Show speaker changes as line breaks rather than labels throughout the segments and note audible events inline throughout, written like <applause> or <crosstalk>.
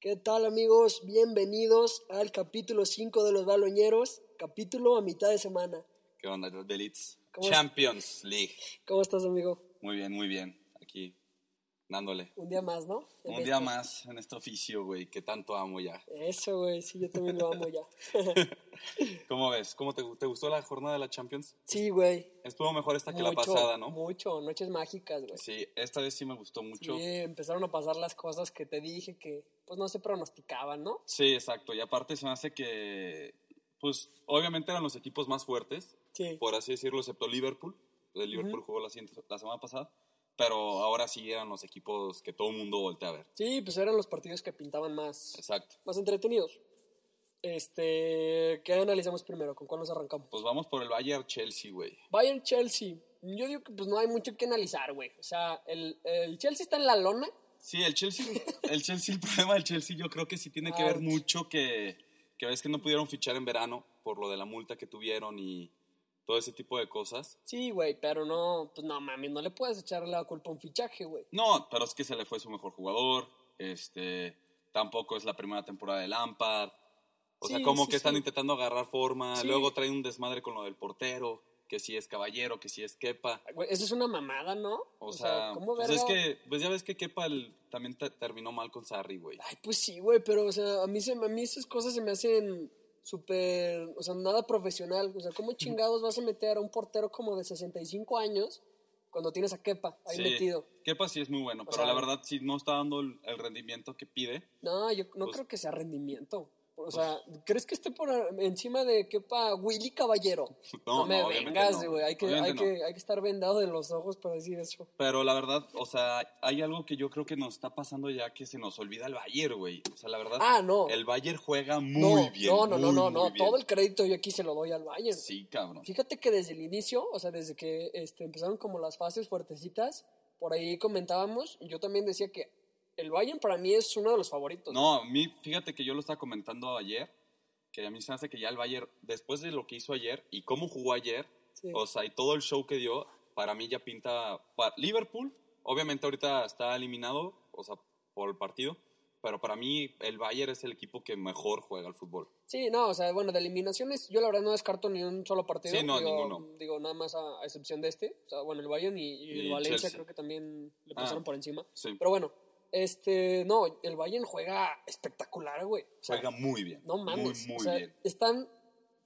¿Qué tal amigos? Bienvenidos al capítulo 5 de Los Baloñeros, capítulo a mitad de semana.
¿Qué onda, los Delites?
¿Cómo es?
Champions League.
¿Cómo estás amigo?
Muy bien, muy bien. Aquí, dándole.
Un día más, ¿no? En
Un día
esto.
más en este oficio, güey, que tanto amo ya.
Eso, güey, sí, yo también lo amo ya.
<laughs>
<laughs>
¿Cómo ves? ¿Cómo te, te gustó la jornada de la Champions?
Sí, güey.
Estuvo mejor esta que la pasada, ¿no?
Mucho, noches mágicas, güey.
Sí, esta vez sí me gustó mucho.
Sí, empezaron a pasar las cosas que te dije que, pues, no se pronosticaban, ¿no?
Sí, exacto. Y aparte se me hace que, pues, obviamente eran los equipos más fuertes,
Sí.
por así decirlo, excepto Liverpool. El Liverpool jugó la, siguiente- la semana pasada, pero ahora sí eran los equipos que todo el mundo voltea a ver.
Sí, pues eran los partidos que pintaban más,
Exacto.
más entretenidos. Este, ¿qué analizamos primero? ¿Con cuál nos arrancamos?
Pues vamos por el Bayern Chelsea, güey.
Bayern Chelsea. Yo digo que pues no hay mucho que analizar, güey. O sea, el, el Chelsea está en la lona.
Sí, el Chelsea, el Chelsea, el problema del Chelsea yo creo que sí tiene que ver
Ouch.
mucho que, que ves que no pudieron fichar en verano por lo de la multa que tuvieron y todo ese tipo de cosas.
Sí, güey, pero no, pues no mames, no le puedes echar la culpa a un fichaje, güey.
No, pero es que se le fue su mejor jugador, este, tampoco es la primera temporada de Lampard. O
Sí,
sea, como
sí,
que están
sí.
intentando agarrar forma,
Sí.
luego traen un desmadre con lo del portero, que si es caballero, que si es Kepa.
Güey, Eso es una mamada, ¿no?
O, sea, pues
verga?
es que, pues ya ves que Kepa el- también te- terminó mal con Sarri, güey.
Ay, pues sí, güey, pero, o sea, a mí, se, me- a mí esas cosas se me hacen súper, o sea, nada profesional. O sea, ¿cómo chingados vas a meter a un portero como de 65 años cuando tienes a Kepa ahí
Sí,
metido?
Kepa sí es muy bueno, pero
sea,
la verdad sí no está dando el, el rendimiento que pide.
No, yo no
Pues-
creo que sea rendimiento. O sea, ¿crees que esté por encima de Kepa Willy Caballero? No,
<laughs> No,
me
no, obviamente
vengas,
no.
güey. Hay, que, hay,
Obviamente
que, hay que estar vendado de los ojos para decir eso.
Pero la verdad, o sea, hay algo que yo creo que nos está pasando ya que se nos olvida el Bayern, güey. O sea, la verdad,
Ah, no.
el Bayern juega muy
no,
bien.
no, no, no,
muy,
no,
muy
no.
bien.
Todo el crédito yo aquí se lo doy al Bayern.
Sí, cabrón.
Fíjate que desde el inicio, o sea, desde que este, empezaron como las fases fuertecitas, por ahí comentábamos, yo también decía que el Bayern para mí es uno de los favoritos.
No, a mí, fíjate que yo lo estaba comentando ayer, que a mí se me hace que ya el Bayern, después de lo que hizo ayer y cómo jugó ayer,
Sí.
o sea, y todo el show que dio, para mí ya pinta para Liverpool. Obviamente ahorita está eliminado, o sea, por el partido, pero para mí el Bayern es el equipo que mejor juega al fútbol.
Sí, no, o sea, bueno, de eliminaciones yo la verdad no descarto ni un solo partido.
Sí, no,
digo,
ninguno.
Digo, nada más a, a excepción de este. O sea, bueno, el Bayern y, y el
Y
Valencia
Chelsea.
creo que también le
Ah.
pasaron por encima.
Sí,
Pero bueno, este, no, el Bayern juega espectacular, güey. O sea,
juega muy bien.
no mames.
Muy, muy
o sea,
bien.
están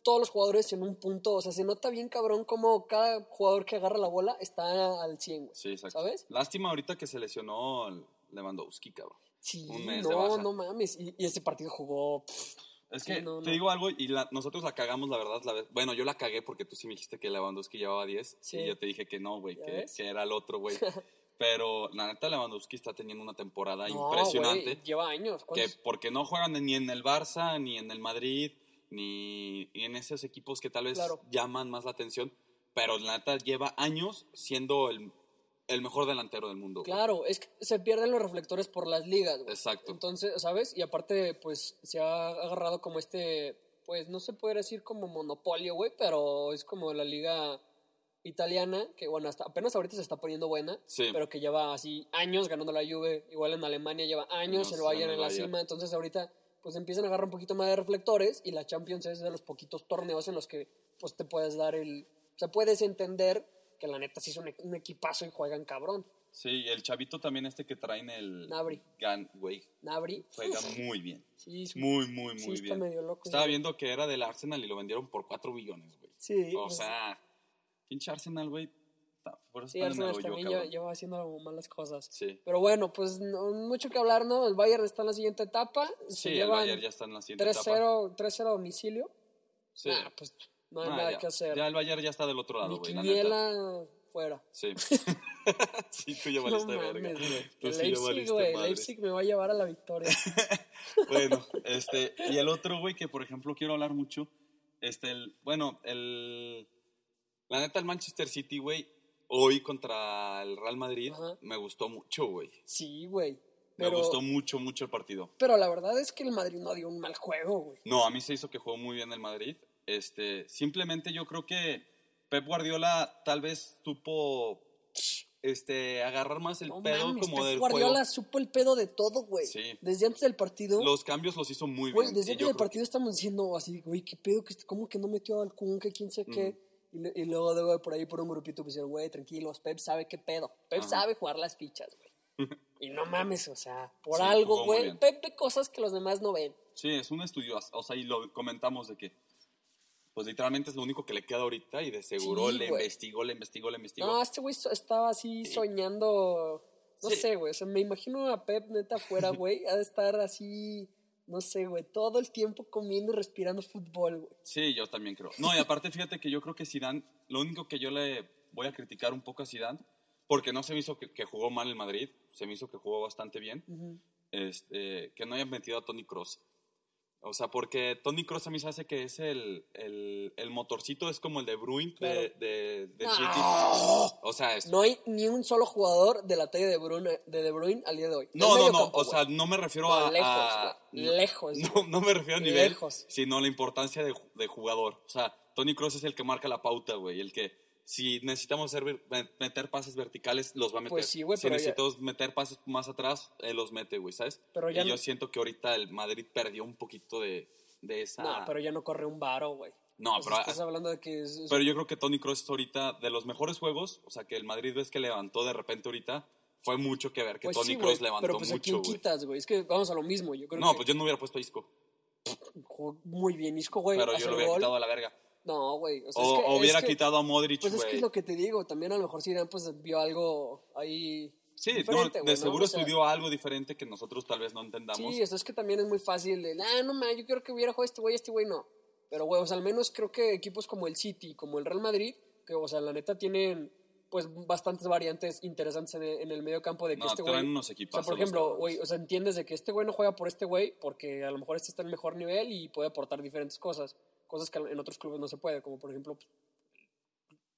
todos los jugadores en un punto. O sea, se nota bien cabrón como cada jugador que agarra la bola está al 100, güey.
Sí, exacto.
¿Sabes?
Lástima ahorita que se lesionó Lewandowski, cabrón.
Sí,
Un mes de
no,
baja.
no mames. Y, y ese partido jugó. pff,
Es
Sí,
que
no,
te
no.
digo algo y la- nosotros la cagamos, la verdad. La vez, bueno, yo la cagué porque tú sí me dijiste que Lewandowski llevaba 10
Sí.
y yo te dije que no, güey,
¿Ya
que,
ves?
que era el otro,
<laughs>
güey. Pero la neta, Lewandowski está teniendo una temporada
no,
impresionante.
güey, lleva años.
que
¿cuántos?
porque no juegan ni en el Barça, ni en el Madrid, ni ni en esos equipos que tal vez
Claro.
llaman más la atención. Pero la neta lleva años siendo el, el mejor delantero del mundo. güey.
Claro, es que se pierden los reflectores por las ligas, güey.
Exacto.
Entonces, ¿sabes? Y aparte, pues, se ha agarrado como este, pues, no se puede decir como monopolio, güey, pero es como la liga italiana, que bueno, hasta apenas ahorita se está poniendo buena,
Sí.
pero que lleva así años ganando la Juve, igual en Alemania lleva años,
Años
el Bayern
en el
en la
Bayern.
cima, entonces ahorita, pues, empiezan a agarrar un poquito más de reflectores y la Champions es de los poquitos torneos en los que, pues, te puedes dar el, o sea, puedes entender que la neta sí es un, e- un equipazo y juegan cabrón.
Sí, y el chavito también este que traen el...
Nabri.
Gan, güey,
Nabri.
juega muy bien.
<laughs> Sí, es-
Muy, muy, muy
sí está
bien.
medio loco.
Estaba
ese-
viendo que era del Arsenal y lo vendieron por 4 millones, güey.
Sí.
o
pues,
sea, pinche Arsenal, güey. está- Por eso
sí,
está en
Arsenal
el hoyo,
también
cabrón.
lleva, lleva haciendo malas cosas.
Sí.
Pero bueno, pues no, mucho que hablar, ¿no? El Bayern está en la siguiente etapa. Se
Sí, el
llevan
Bayern ya está en la siguiente etapa.
3-0 3-0 a domicilio.
Sí.
Nah, pues no hay
Ah,
nada
ya.
que hacer.
Ya el Bayern ya está del otro lado,
Mi
güey, la neta.
quiniela fuera.
Sí. <laughs> sí,
<laughs>
tú ya
No
valiste
mames,
verga.
güey.
<laughs> Tú
El
sí ya
Leipzig,
valiste
güey.
madre.
Leipzig me va a llevar a la
<laughs>
victoria.
Bueno, este, y el otro, güey, que por ejemplo quiero hablar mucho, este, el, bueno, el, la neta, el Manchester City, güey, hoy contra el Real Madrid,
Ajá.
me gustó mucho, güey.
Sí, güey.
Me
Pero,
gustó mucho, mucho el partido.
pero la verdad es que el Madrid no dio un mal juego, güey.
No, a mí se hizo que jugó muy bien el Madrid. Este, simplemente yo creo que Pep Guardiola tal vez supo este, agarrar más el
No
pedo
mames,
como
Pep
del
Guardiola
juego.
supo el pedo de todo, güey.
Sí.
Desde antes del partido.
Los cambios los hizo muy
Güey,
bien.
desde
y yo
antes del
creo que-
partido estamos diciendo así, güey, qué pedo, que, cómo que no metió al Kun, que quién sé qué. Y, lo- y luego, luego por ahí, por un grupito, pusieron, güey, tranquilos, Pep sabe qué pedo. Pep
Ajá.
sabe jugar las fichas, güey.
<laughs>
y no mames, o sea, por
Sí, jugó
algo,
muy
güey.
bien.
Pep ve cosas que los demás no ven.
Sí, es un estudio, o sea, y lo comentamos de que, pues literalmente es lo único que le queda ahorita y de seguro
Sí,
le
güey.
investigó, le investigó, le investigó.
No, este güey so- estaba así soñando. No
Sí.
sé, güey. O sea, me imagino a Pep neta
<laughs>
afuera, güey. Ha de estar así, no sé, güey. Todo el tiempo comiendo y respirando fútbol, güey.
Sí, yo también creo. No, y aparte fíjate que yo creo que Zidane, lo único que yo le voy a criticar un poco a Zidane, porque no se me hizo que, que jugó mal el Madrid, se me hizo que jugó bastante bien,
Ujú.
este, que no haya metido a Tony Cross. O sea, porque Tony Cross a mí se hace que es el, el, el motorcito, es como el de Bruin
Claro. Ah.
de, de, de
No.
City. O sea, es,
No hay ni un solo jugador de la talla de, Bruyne- de De Bruyne al día de hoy. Del
No, no,
medio
no.
campo,
o
güey.
sea, no me refiero
No,
a.
lejos,
a-
güey, lejos,
No,
güey.
no me refiero a nivel.
Lejos.
Sino la importancia de, ju- de jugador. O sea, Tony Cross es el que marca la pauta, güey. El que. Si necesitamos hacer ver- me- meter pases verticales, los va a meter.
Pues sí, güey,
si
pero ya-
necesitamos meter pases más atrás, él los mete, güey, ¿sabes?
Pero ya
y
no-
yo siento que ahorita el Madrid perdió un poquito de, de esa.
No, pero ya no corre un varo, güey.
No,
O sea,
pero-
Estás hablando de que. es- es-
Pero yo creo que Tony Cross es ahorita de los mejores juegos. O sea, que el Madrid ves que levantó de repente ahorita. Fue mucho que ver que
pues
Tony
sí, güey,
Cross levantó
Pero pues a
mucho,
quién
güey.
quitas, güey. Es que vamos a lo mismo. Yo creo
No,
que
pues yo no hubiera puesto a Isco.
jugó muy bien Isco, güey.
Pero
hace
yo lo
el
hubiera
gol.
quitado a la verga.
No, güey. O, sea,
O,
es que-
o
es
hubiera
que-
quitado a Modric,
Pues
güey.
es que es lo que te digo, también a lo mejor Zidane pues vio algo ahí
Sí, no,
diferente,
de
güey, ¿no?
seguro
O sea,
estudió algo diferente que nosotros tal vez no entendamos.
Sí, eso es que también es muy fácil de, ah, no, man, yo creo que hubiera jugado este güey, este güey no. Pero, güey, o sea, al menos creo que equipos como el City, como el Real Madrid, que, o sea, la neta tienen, pues, bastantes variantes interesantes en el, en el medio campo de que
No,
este güey...
traen unos
O sea,
equipazos
por
los
ejemplo,
cabrones.
güey, o sea, entiendes de que este güey no juega por este güey porque a lo mejor este está en mejor nivel y puede aportar diferentes cosas. Cosas que en otros clubes no se puede, como por ejemplo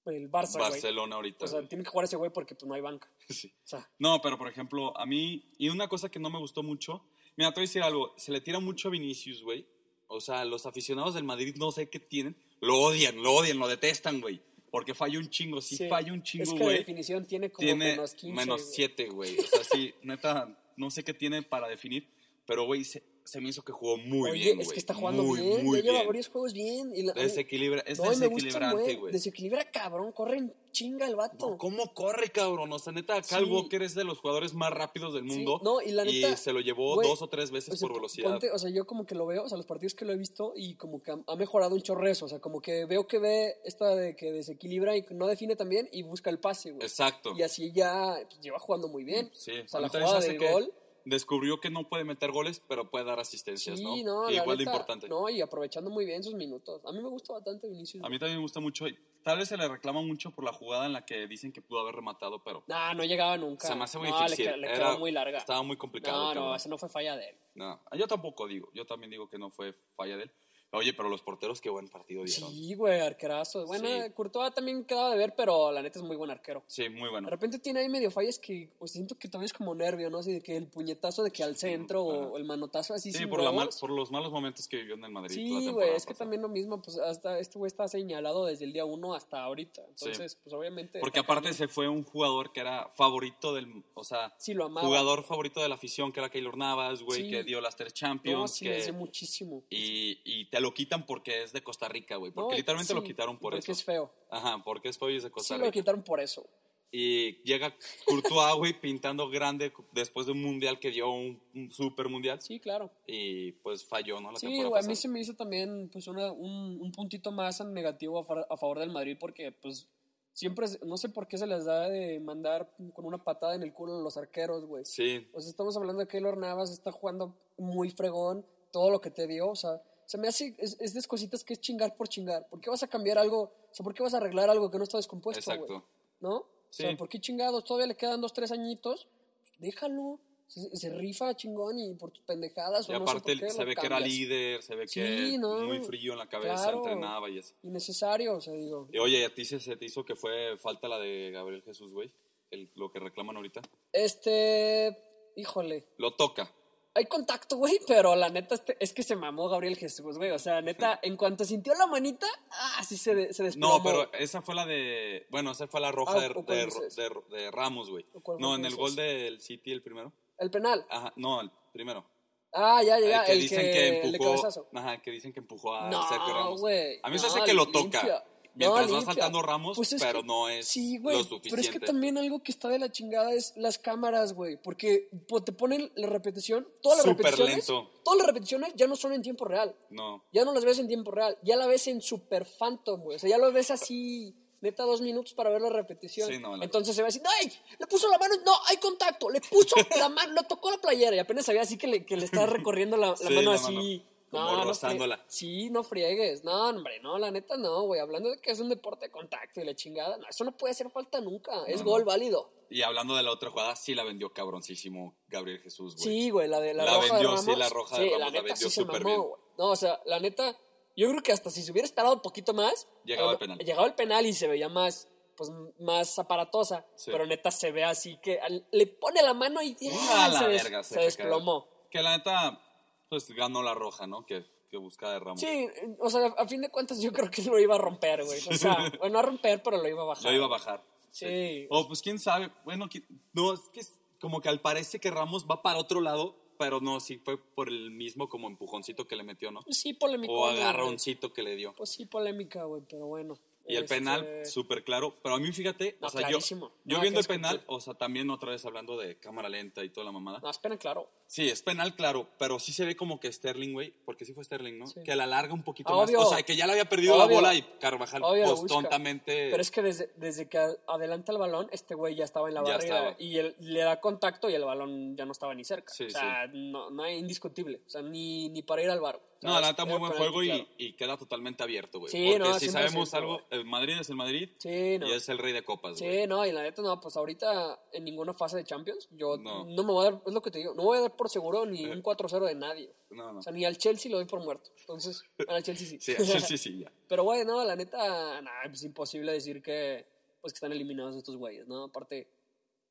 pues, el Barça, güey.
Barcelona ahorita.
O sea,
güey. <laughs>
tiene que jugar ese güey porque pues no hay banca.
Sí.
O sea,
No, pero por ejemplo, a mí. Y una cosa que no me gustó mucho. Mira, te voy a decir algo. Se le tira mucho a Vinicius, güey. O sea, los aficionados del Madrid no sé qué tienen. Lo odian, lo odian, lo detestan, güey. Porque falla un chingo, sí, falla un
Es
chingo,
que la
güey.
definición tiene como
tiene
menos 15.
menos
güey.
7, güey. O sea, sí, <laughs> neta, no sé qué tiene para definir, pero, güey, se, se me hizo que jugó muy
Oye,
bien, güey.
es que está jugando
Muy,
bien,
muy
ya lleva
bien.
varios juegos bien. Y la-
Desequilibra- es
No, y me gusta el
desequilibrante, güey.
Desequilibra cabrón, corre en chinga el vato.
No, ¿Cómo corre, cabrón? O sea, neta, Kyle
Sí.
Walker es de los jugadores más rápidos del
Sí,
mundo.
no, y la neta,
se lo llevó
güey,
dos o tres veces
o sea,
por velocidad.
ponte- o sea, yo como que lo veo, o sea, los partidos que lo he visto y como que ha, ha mejorado un chorrezo. O sea, como que veo que ve esta de que desequilibra y no define tan bien y busca el pase, güey.
Exacto.
Y así ya pues, lleva jugando muy bien.
Sí,
O sea,
a mí
la
también se
jugada
hace
del
que
gol.
Descubrió que no puede meter goles, pero puede dar asistencias,
Sí,
¿no?
no, la
Igual de
neta,
importante.
No, y aprovechando muy bien sus minutos. A mí me gusta bastante Vinicius.
A mí también me gusta mucho. y Tal vez se le reclama mucho por la jugada en la que dicen que pudo haber rematado, pero
No, no llegaba nunca.
Se me hace muy
no,
difícil.
Le, que- le
Era-
quedó muy larga.
Estaba muy complicado.
No, no,
cabrón.
esa no fue falla de él.
No, Yo tampoco digo. Yo también digo que no fue falla de él. Oye, pero los porteros, qué buen partido dieron. Sí,
Sí, güey, arquerazo. Bueno,
Sí.
Courtois también quedaba de ver, pero la neta es muy buen arquero.
muy
De
bueno.
repente tiene ahí medio fallas que o sea, siento que también es como nervio, ¿no? Así de que el puñetazo de que al centro o el manotazo así
Sí,
sin
por, la
huevos.
mal- por los malos momentos que vivió en el Madrid. la
Sí,
temporada
güey, es que
pasada.
también lo mismo, pues hasta este güey está señalado desde el día uno hasta ahorita. Entonces, pues obviamente.
Porque aparte se fue un jugador que era favorito del. O sea,
Sí, lo amaba.
jugador favorito de la afición, que era Keylor Navas, güey,
Sí.
que dio las tres
No,
Champions.
sí,
que-
le dio muchísimo.
y, y te lo quitan porque es de Costa Rica, güey. Porque
No,
literalmente lo
Oh, sí,
quitaron por
porque
eso.
es feo.
Ajá, porque es feo y es de Costa
Sí, lo
Rica.
quitaron por eso.
Y llega Courtois, güey, pintando grande después de un mundial que dio un, un super mundial.
Sí, claro.
Y pues falló, ¿no? La
Sí,
temporada
güey, a
pasada.
mí se me hizo también pues, una- un, un puntito más en negativo a, far- a favor del Madrid porque pues siempre, se- no sé por qué se les da de mandar con una patada en el culo a los arqueros, güey.
Sí,
O sea, estamos hablando de que Keylor Navas está jugando muy fregón, todo lo que te dio, o sea, se me hace, es, es de esas cositas que es chingar por chingar. ¿Por qué vas a cambiar algo? O sea, ¿por qué vas a arreglar algo que no está descompuesto, güey?
exacto.
¿no? O sea,
Sí.
¿por qué chingados? Todavía le quedan dos, tres añitos. pues, Déjalo. Se, se rifa chingón y por tus pendejadas.
Y
o no sé
aparte
por qué,
se
lo
ve que era
cambias.
líder, se ve que
Sí, no,
muy frío en la cabeza,
claro.
entrenaba y eso.
Innecesario, o sea, digo.
Y oye, ¿y a ti se, se te hizo que fue falta la de Gabriel Jesús, güey? El- Lo que reclaman ahorita.
Este. Híjole.
Lo toca.
hay contacto, güey, <laughs> pero la neta este- es que se mamó Gabriel Jesús, güey. O sea, neta, en cuanto sintió la manita, ah, sí se, de- se <laughs> desplomó.
No, pero esa fue la de. Bueno, esa fue la roja
Ah,
de,
¿o cuál
de-
dices?
de- de Ramos, güey.
¿O cuál
No, en el
dices?
gol del City, el primero.
El penal.
Ajá, no, el primero.
Ah, ya, ya, ya.
el que
el
dicen que,
que- el de
empujó.
cabezazo.
Ajá, que dicen que empujó a
No,
Sergio Ramos.
güey,
a mí se
no,
hace que lo
limpia.
toca.
No,
Mientras va
limpia.
saltando Ramos,
Pues es
pero
que-
no es
sí, güey,
lo suficiente.
Pero es que también algo que está de la chingada es las cámaras, güey. Porque po- te ponen la repetición, todas las
Súper
repeticiones.
lento.
Todas las repeticiones ya no son en tiempo real.
No.
Ya no las ves en tiempo real. Ya la ves en super phantom, güey. O sea, ya lo ves así, neta, dos minutos para ver la repetición.
Sí, no, la-
Entonces se ve así, ¡ay! Le puso la mano, no, hay contacto. Le puso la mano, le tocó la playera. Y apenas sabía así que le, que le estaba recorriendo la, la
Sí,
mano
la
así.
mano. Como
no, no frie-
rozándola.
sí, no friegues. No, hombre, no, la neta no, güey. Hablando de que es un deporte de contacto y la chingada, no, eso no puede hacer falta nunca. es gol válido.
Y hablando de la otra jugada, sí la vendió cabroncísimo Gabriel Jesús, güey.
Sí, güey, la de la,
La
roja
vendió,
de Ramos.
sí, la roja de Ramos la
neta se
vendió súper
mamó,
bien.
güey. No, o sea, la neta, yo creo que hasta si se hubiera esperado un poquito más.
Llegaba
eh,
el penal.
Llegaba el penal y se veía más, pues, más aparatosa.
Sí.
Pero neta se ve así que al- le pone la mano y
¡Ah,
¡ay!
la
se, des-
verga!
se
saca,
desplomó.
cabrón. Que la neta, pues ganó la roja, ¿no? Que, que busca de Ramos.
Sí, eh, o sea, a fin de cuentas yo creo que lo iba a romper, güey. O sea, bueno, a romper, pero lo iba a bajar.
Lo iba a bajar.
Sí.
O pues quién sabe. Bueno, qui- no, es que es como que al parece que Ramos va para otro lado, pero no, sí fue por el mismo como empujoncito que le metió, ¿no?
Sí, polémica.
O agarroncito que le dio.
Pues sí, polémica, güey, pero bueno.
Y el
Este,
penal, súper claro. Pero a mí, fíjate,
No,
o sea, yo,
clarísimo.
yo
No,
viendo
tienes
el
que-
penal, o sea, también otra vez hablando de cámara lenta y toda la mamada.
No, es penal, claro.
Sí, es penal, claro, pero sí se ve como que Sterling, güey, porque sí fue Sterling, ¿no?
Sí.
Que la larga un poquito
Obvio.
más. O sea, que ya le había perdido la
Obvio.
bola y Carvajal,
Obvio lo
pues
busca.
tontamente.
Pero es que desde, desde que a- adelanta el balón, este güey ya estaba en la
Ya
barrera
estaba.
y él- le da contacto y el balón ya no estaba ni cerca.
Sí,
o sea, no, no es indiscutible. O sea, ni, ni para ir al bar. O sea,
No, la
es-
neta, muy
era
buen
penalti,
juego y,
claro.
y queda totalmente abierto, güey.
Sí,
Porque
no,
si
100%,
sabemos algo, el Madrid es el Madrid
Sí, no.
y es el rey de copas,
Sí,
güey.
no, y la neta, no, pues ahorita en ninguna fase de Champions, yo
No.
no, me voy a dar, es lo que te digo, no voy a dar por seguro ni un 4-0 de nadie.
No, no.
O sea, ni al Chelsea lo doy por muerto. Entonces, bueno, al Chelsea sí. <laughs>
Sí, <laughs> sí, sí, sí, ya.
Pero, güey, no, la neta, nah, es imposible decir que, pues, que están eliminados estos güeyes, ¿no? Aparte,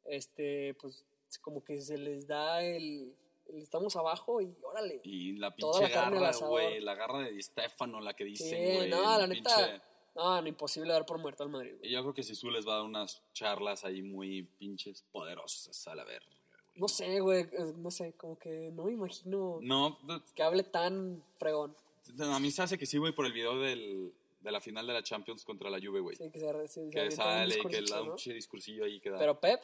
este, pues, como que se les da el, el estamos abajo y órale.
Y la
Toda
pinche
la carne al
garra,
asador.
güey. La garra de Di Stefano, la que
Sí,
dicen, güey.
no, la
el
neta,
pinche-
no, no, imposible dar por muerto al Madrid, güey.
Y yo creo que Sisu les va a dar unas charlas ahí muy pinches poderosas, a la verga, güey.
No sé, güey, eh, no sé, como que no me imagino
No, no,
que hable tan fregón.
No, A mí se hace que sí, güey, por el video del, de la final de la Champions contra la Juve, güey.
Sí, que se, re- se- se
que
avienta un
sale y que le
discursito,
da un
¿no?
pinche discursillo ahí que da.
Pero Pep,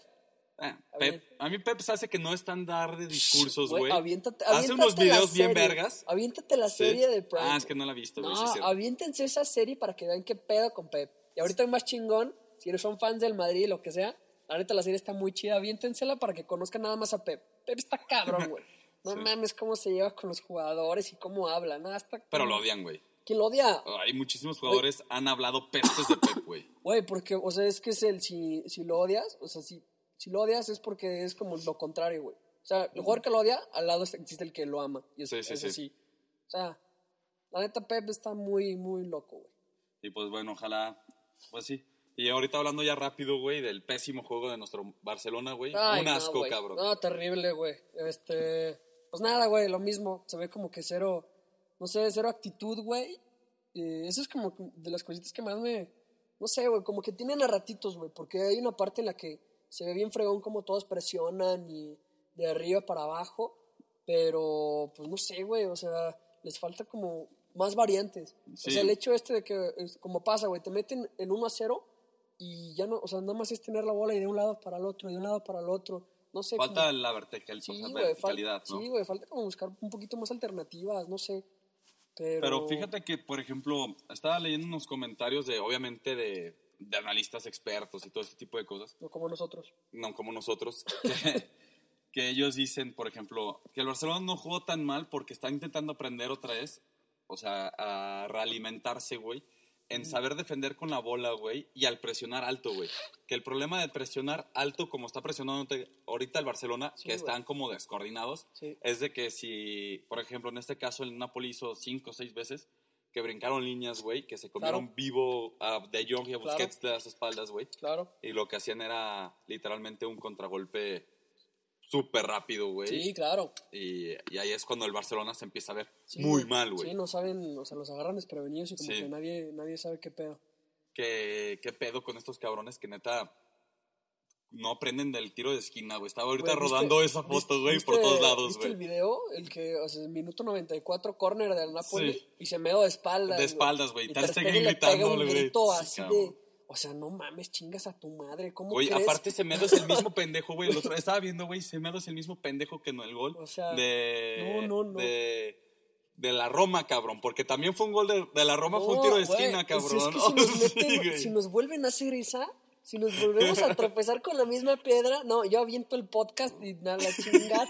Ah,
a
Pep-
ver.
a mí Pep se hace que no es tan dar de discursos, güey.
aviéntate,
Hace unos
aviéntate la
videos bien
serie.
vergas.
Aviéntate la
Sí.
serie de Prime.
Ah, es que no la he visto, güey. sí es
No,
cierto.
aviéntense esa serie para que vean qué pedo con Pep. Y ahorita el más chingón, si son fans del Madrid y lo que sea, ahorita la serie está muy chida, aviéntensela para que conozcan nada más a Pep. Pep está cabrón,
<laughs>
güey. No mames cómo se lleva con los jugadores y cómo habla. Nada, está...
Pero lo odian, güey.
¿Quién lo odia?
Hay muchísimos jugadores han hablado pestes de Pep, güey.
Güey, porque, o sea, es que es el, si, si lo odias, o sea, si, si lo odias es porque es como lo contrario, güey. O sea, el jugador que lo odia, al lado existe el que lo ama. Y es,
Sí, sí,
es
sí.
así. O sea, la neta Pep está muy, muy loco, güey.
Y pues bueno, ojalá. Pues sí. Y ahorita hablando ya rápido, güey, del pésimo juego de nuestro Barcelona, güey.
Ay,
Un
no,
asco,
güey.
cabrón.
No, terrible, güey. Este, pues nada, güey, lo mismo. Se ve como que cero, no sé, cero actitud, güey. Eh, eso es como que de las cositas que más me, no sé, güey, como que tienen a ratitos, güey, porque hay una parte en la que se ve bien fregón como todos presionan y de arriba para abajo, pero pues no sé, güey, o sea, les falta como más variantes.
Sí.
O sea, el hecho este de que, es como pasa, güey, te meten el 1 a 0 y ya no, o sea, nada más es tener la bola y de un lado para el otro, y de un lado para el otro. No sé.
Falta
como-
la vertical-
sí,
o sea,
güey, fal-
verticalidad, ¿no?
Sí, güey, falta como buscar un poquito más alternativas, no sé. Pero,
Pero fíjate que, por ejemplo, estaba leyendo unos comentarios de, obviamente, de, de analistas expertos y todo ese tipo de cosas,
No como nosotros.
no como nosotros, <laughs> que, que ellos dicen, por ejemplo, que el Barcelona no jugó tan mal porque está intentando aprender otra vez, o sea, a realimentarse, güey, en saber defender con la bola, güey, y al presionar alto, güey. Que el problema de presionar alto, como está presionando te- ahorita el Barcelona, que
güey.
están como descoordinados,
Sí.
es de que si, por ejemplo, en este caso el Napoli hizo cinco o seis veces que brincaron líneas, güey, que se comieron
Claro.
vivo a De Jong y a
Claro.
Busquets de las espaldas, güey.
Claro.
Y lo que hacían era literalmente un contragolpe súper rápido, güey.
Sí, claro.
Y, y ahí es cuando el Barcelona se empieza a ver
Sí,
muy mal, güey.
Sí, no saben, o sea, los agarran desprevenidos y como
Sí.
que nadie, nadie sabe qué pedo.
¿Qué, qué pedo con estos cabrones que neta no aprenden del tiro de esquina, güey. Estaba ahorita
Güey, ¿viste-
rodando esa foto,
viste-
güey, por
viste-
todos lados,
¿Viste el
güey.
video? El que, o sea, el minuto 94, corner del Napoli
Sí.
y se meó de espaldas.
De
güey.
espaldas, güey.
Y
Ter
Ter
Stegen
Stegen le pega un
gritándole, güey.
grito
Sí,
así
cabrón.
de, o sea, no mames, chingas a tu madre, ¿cómo
Güey,
crees?
aparte Semedo es el mismo pendejo, güey. El otro día estaba viendo, güey, Semedo es el mismo pendejo que no el gol
O sea,
de,
no, no, no.
de de la Roma, cabrón, porque también fue un gol de, de la Roma, fue un
No,
tiro de
güey,
esquina,
pues es
cabrón. <laughs>
que si, nos
Sí,
meten-
güey.
si nos vuelven a hacer esa, si nos volvemos a tropezar con la misma piedra, no, yo aviento el podcast y nada, la
<laughs>
chingada.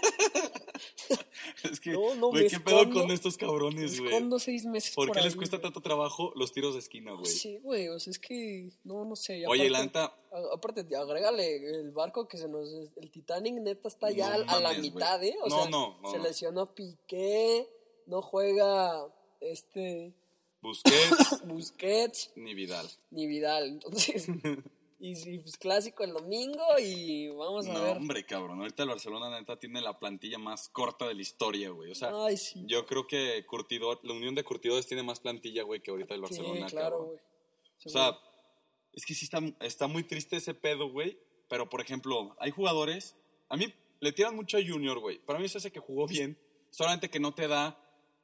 Es que,
No, no,
güey,
me
qué pedo
escondo.
con estos cabrones, güey.
Escondo seis meses.
¿Por qué
ahí,
les cuesta
güey.
tanto trabajo los tiros de esquina, güey?
Sí, güey, o sea, es que no, no sé. y
Oye,
aparte-
la neta,
a- Aparte, agrégale el barco que se nos. El Titanic neta está ya
No
al- a la
mames, güey.
mitad, ¿eh? O
No,
sea,
no, no,
se
no.
lesionó Piqué, no juega este
Busquets
<laughs> Busquets
ni Vidal.
ni Vidal.
<laughs>
Entonces, y, y, pues clásico el domingo y vamos a
No,
ver.
hombre, cabrón. Ahorita el Barcelona, la neta, tiene la plantilla más corta de la historia, güey. O sea,
Ay, sí.
yo creo que Curtidor, la unión de curtidores tiene más plantilla, güey, que ahorita el
Sí,
Barcelona,
claro,
cabrón.
güey.
O sea, es que sí está, está muy triste ese pedo, güey. Pero, por ejemplo, hay jugadores. A mí le tiran mucho a Junior, güey. Para mí se hace que jugó bien. Solamente que no te da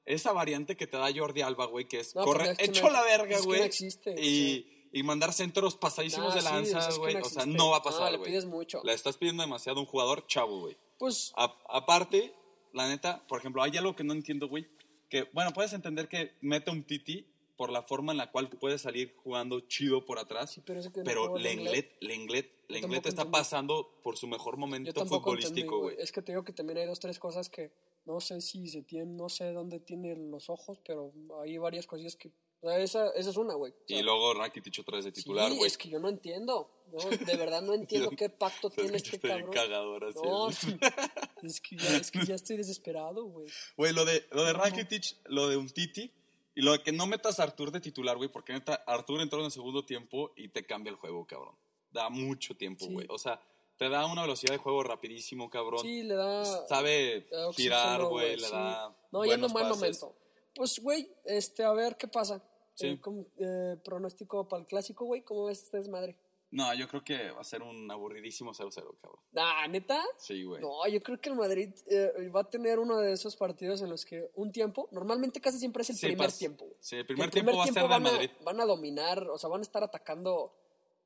esa variante que te da Jordi Alba, güey, que es
No,
correr
pero es que
hecho
no-
la verga,
es que
güey.
no existe,
y, y mandar centros pasadísimos
Ah,
de
sí, o sea, es
lanza,
que
güey.
no
o sea,
existe.
no va a
No,
pasar,
le
güey.
pides mucho.
Le estás pidiendo demasiado a un jugador chavo, güey.
pues.
A- aparte, la neta, por ejemplo, hay algo que no entiendo, güey. Que, bueno, puedes entender que mete un titi por la forma en la cual puede salir jugando chido por atrás.
Sí, pero eso que no
pero
jugó
Lenglet, Lenglet, Lenglet
tampoco
está
entendí.
pasando por su mejor
Yo
momento
tampoco entendí,
futbolístico, güey.
Es que te digo que también hay dos, tres cosas que no sé si se tienen, no sé dónde tiene los ojos, pero hay varias cosillas que. O sea, esa, esa es una, güey. O sea,
Y luego Rakitic otra vez de
sí,
titular, güey.
es que yo no entiendo. Yo
<laughs>
de verdad no entiendo qué pacto
Te
tiene este
escuchaste bien
cabrón.
cagado ahora sí.
No, sí. es, que ya, es que ya estoy desesperado, güey.
Güey, lo de, lo de Rakitic, lo de un titi. Y lo de que no metas a Artur de titular, güey, porque neta, Artur entró en el segundo tiempo y te cambia el juego, cabrón. Da mucho tiempo,
Sí.
güey. O sea, te da una velocidad de juego rapidísimo, cabrón.
Sí, le da.
Sabe
le da oxígeno,
tirar, pues, güey, le
sí.
da.
No, ya no
buenos
mal
pases.
momento. Pues, güey, este, a ver qué pasa.
Sí.
Eh, como, eh, pronóstico para el clásico, güey. ¿Cómo ves este desmadre?
No, yo creo que va a ser un aburridísimo 0-0, cabrón.
Ah, neta.
Sí, güey.
No, yo creo que el Madrid eh, va a tener uno de esos partidos en los que un tiempo, normalmente casi siempre es el
Sí,
primer
pas-
tiempo. güey.
Sí, el
Que
primer tiempo va a ser de
van
Madrid.
Van a dominar, o sea, van a estar atacando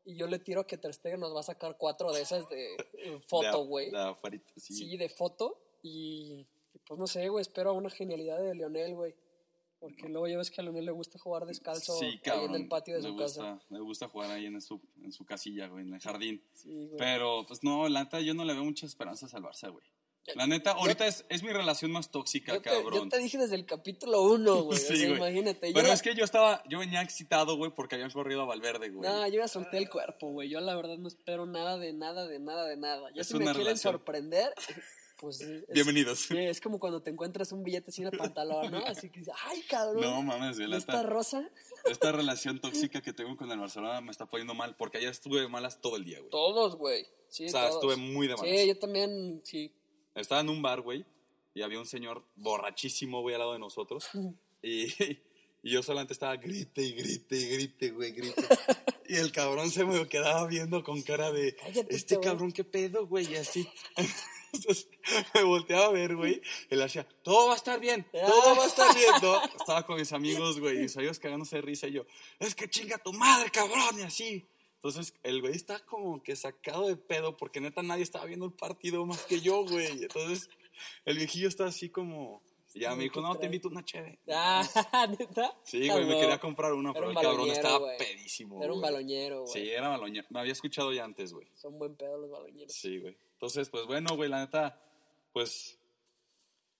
y yo le tiro que Ter Stegen nos va a sacar cuatro de esas
<laughs>
de eh, foto,
De-
güey.
de afuerita, sí.
Sí, de foto y pues no sé, güey, espero una genialidad de Lionel, güey. Porque luego ya ves que a Lionel le gusta jugar descalzo
Sí,
ahí
cabrón.
en el patio de
me
su
gusta,
casa.
Me gusta jugar ahí en su, en su casilla, güey, en el jardín.
Sí, güey.
Pero, pues no, la neta, yo no le veo muchas esperanzas al Barça, güey. La neta,
Yo-
ahorita es, es mi relación más tóxica,
Yo te, yo
cabrón.
te dije desde el capítulo uno, güey. o
<laughs> Sí,
sea,
güey.
imagínate. yo
Pero
la-
es que yo estaba, yo venía excitado, güey, porque habían corrido a Valverde, güey.
No, yo ya solté el cuerpo, güey. Yo la verdad no espero nada de nada, de nada, de nada. Ya
Es
si me
una
quieren
relación.
sorprender, <laughs> pues. eh, Es,
Bienvenidos.
sí, es como cuando te encuentras un billete sin el pantalón, ¿no? Así que dices, ¡ay, cabrón!
No mames, güey,
¿y
la
esta
neta,
rosa?
esta relación tóxica que tengo con el Barcelona me está poniendo mal, porque ayer estuve de malas todo el día, güey.
Todos, güey. Sí,
O sea,
todos.
estuve muy de malas.
Sí, yo también, sí. <laughs>
Estaba en un bar, güey, y había un señor borrachísimo, güey, al lado de nosotros. Y, y yo solamente estaba grite y grite y grite, güey, grite. Y el cabrón se me quedaba viendo con cara de,
Cállate,
este
güey".
cabrón, ¿qué pedo, güey? Y así. Entonces, <laughs> me volteaba a ver, güey. Él hacía, todo va a estar
<laughs>
bien, todo va a estar bien. ¿no? Estaba con mis amigos, güey, y mis amigos cagándose de risa. Y yo, es que chinga tu madre, cabrón, y así. Entonces, el güey está como que sacado de pedo porque neta nadie estaba viendo el partido más que yo, güey. Entonces, el viejillo está así como. y Ya
Sí,
me dijo,
¿qué
no, te
trae?
invito una chévere.
Ah, neta.
Sí, güey, me
Cabrón.
quería comprar una,
Era
pero
un
el cabrón
baloñero,
estaba
güey.
pedísimo.
Era un
güey.
baloñero, güey.
Sí, era baloñero. Me había escuchado ya antes, güey.
Son buen pedo los baloñeros.
Sí, güey. Entonces, pues bueno, güey, la neta, pues.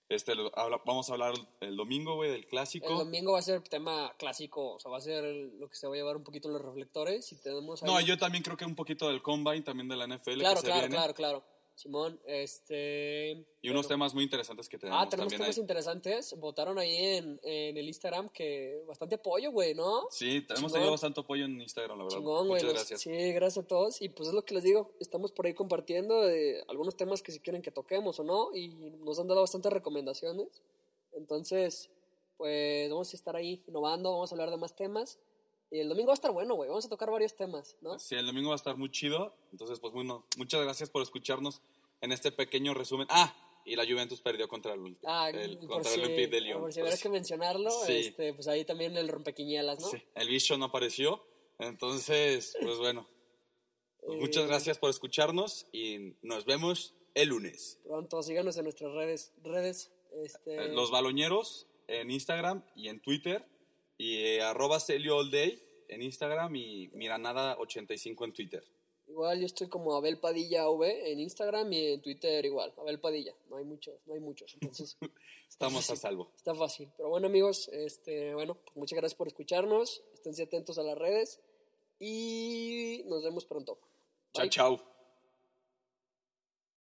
Este, lo- habla- vamos a hablar el domingo, güey, del clásico.
El domingo va a ser tema clásico, o sea, va a ser lo que se va a llevar un poquito en los reflectores y tenemos ahí...
No, yo también creo que un poquito del combine, también de la NFL. que
Claro,
se
claro,
viene.
claro, claro. Simón, este...
Y unos temas muy interesantes que tenemos
Ah, tenemos
también ahí.
temas interesantes. Votaron ahí en, en el Instagram que bastante apoyo, güey, ¿no?
Sí, te- hemos
Chingón.
tenido bastante apoyo en Instagram, la verdad.
Chingón, güey.
Muchas
los-
gracias.
Sí, gracias a todos. Y pues es lo que les digo, estamos por ahí compartiendo de algunos temas que si quieren que toquemos o no. Y nos han dado bastantes recomendaciones. Entonces, pues vamos a estar ahí innovando, vamos a hablar de más temas. Y el domingo va a estar bueno, güey. Vamos a tocar varios temas, ¿no?
Sí, el domingo va a estar muy chido. Entonces, pues bueno, muchas gracias por escucharnos en este pequeño resumen. Ah, y la Juventus perdió contra el,
Ah,
el-
por
contra
si, ah,
el Olympique de Lyon.
por si hubiera que mencionarlo,
Sí.
este, pues ahí también el rompequiñelas, ¿no?
Sí, el bicho no apareció. Entonces, pues bueno, pues, muchas
Eh,
gracias por escucharnos y nos vemos el lunes.
Pronto, síganos en nuestras redes. redes este,
Eh, Los Baloñeros en Instagram y en Twitter y eh, arroba Celio All Day en Instagram y Miranada85 en Twitter.
Igual yo estoy como Abel Padilla V en Instagram y en Twitter igual, Abel Padilla. No hay muchos, no hay muchos. Entonces, está
<laughs> Estamos
<laughs>
a
fácil,
salvo.
Está fácil. Pero bueno, amigos, este, bueno, pues muchas gracias por escucharnos. Esténse atentos a las redes y nos vemos pronto.
Chao,
Bye.
chao.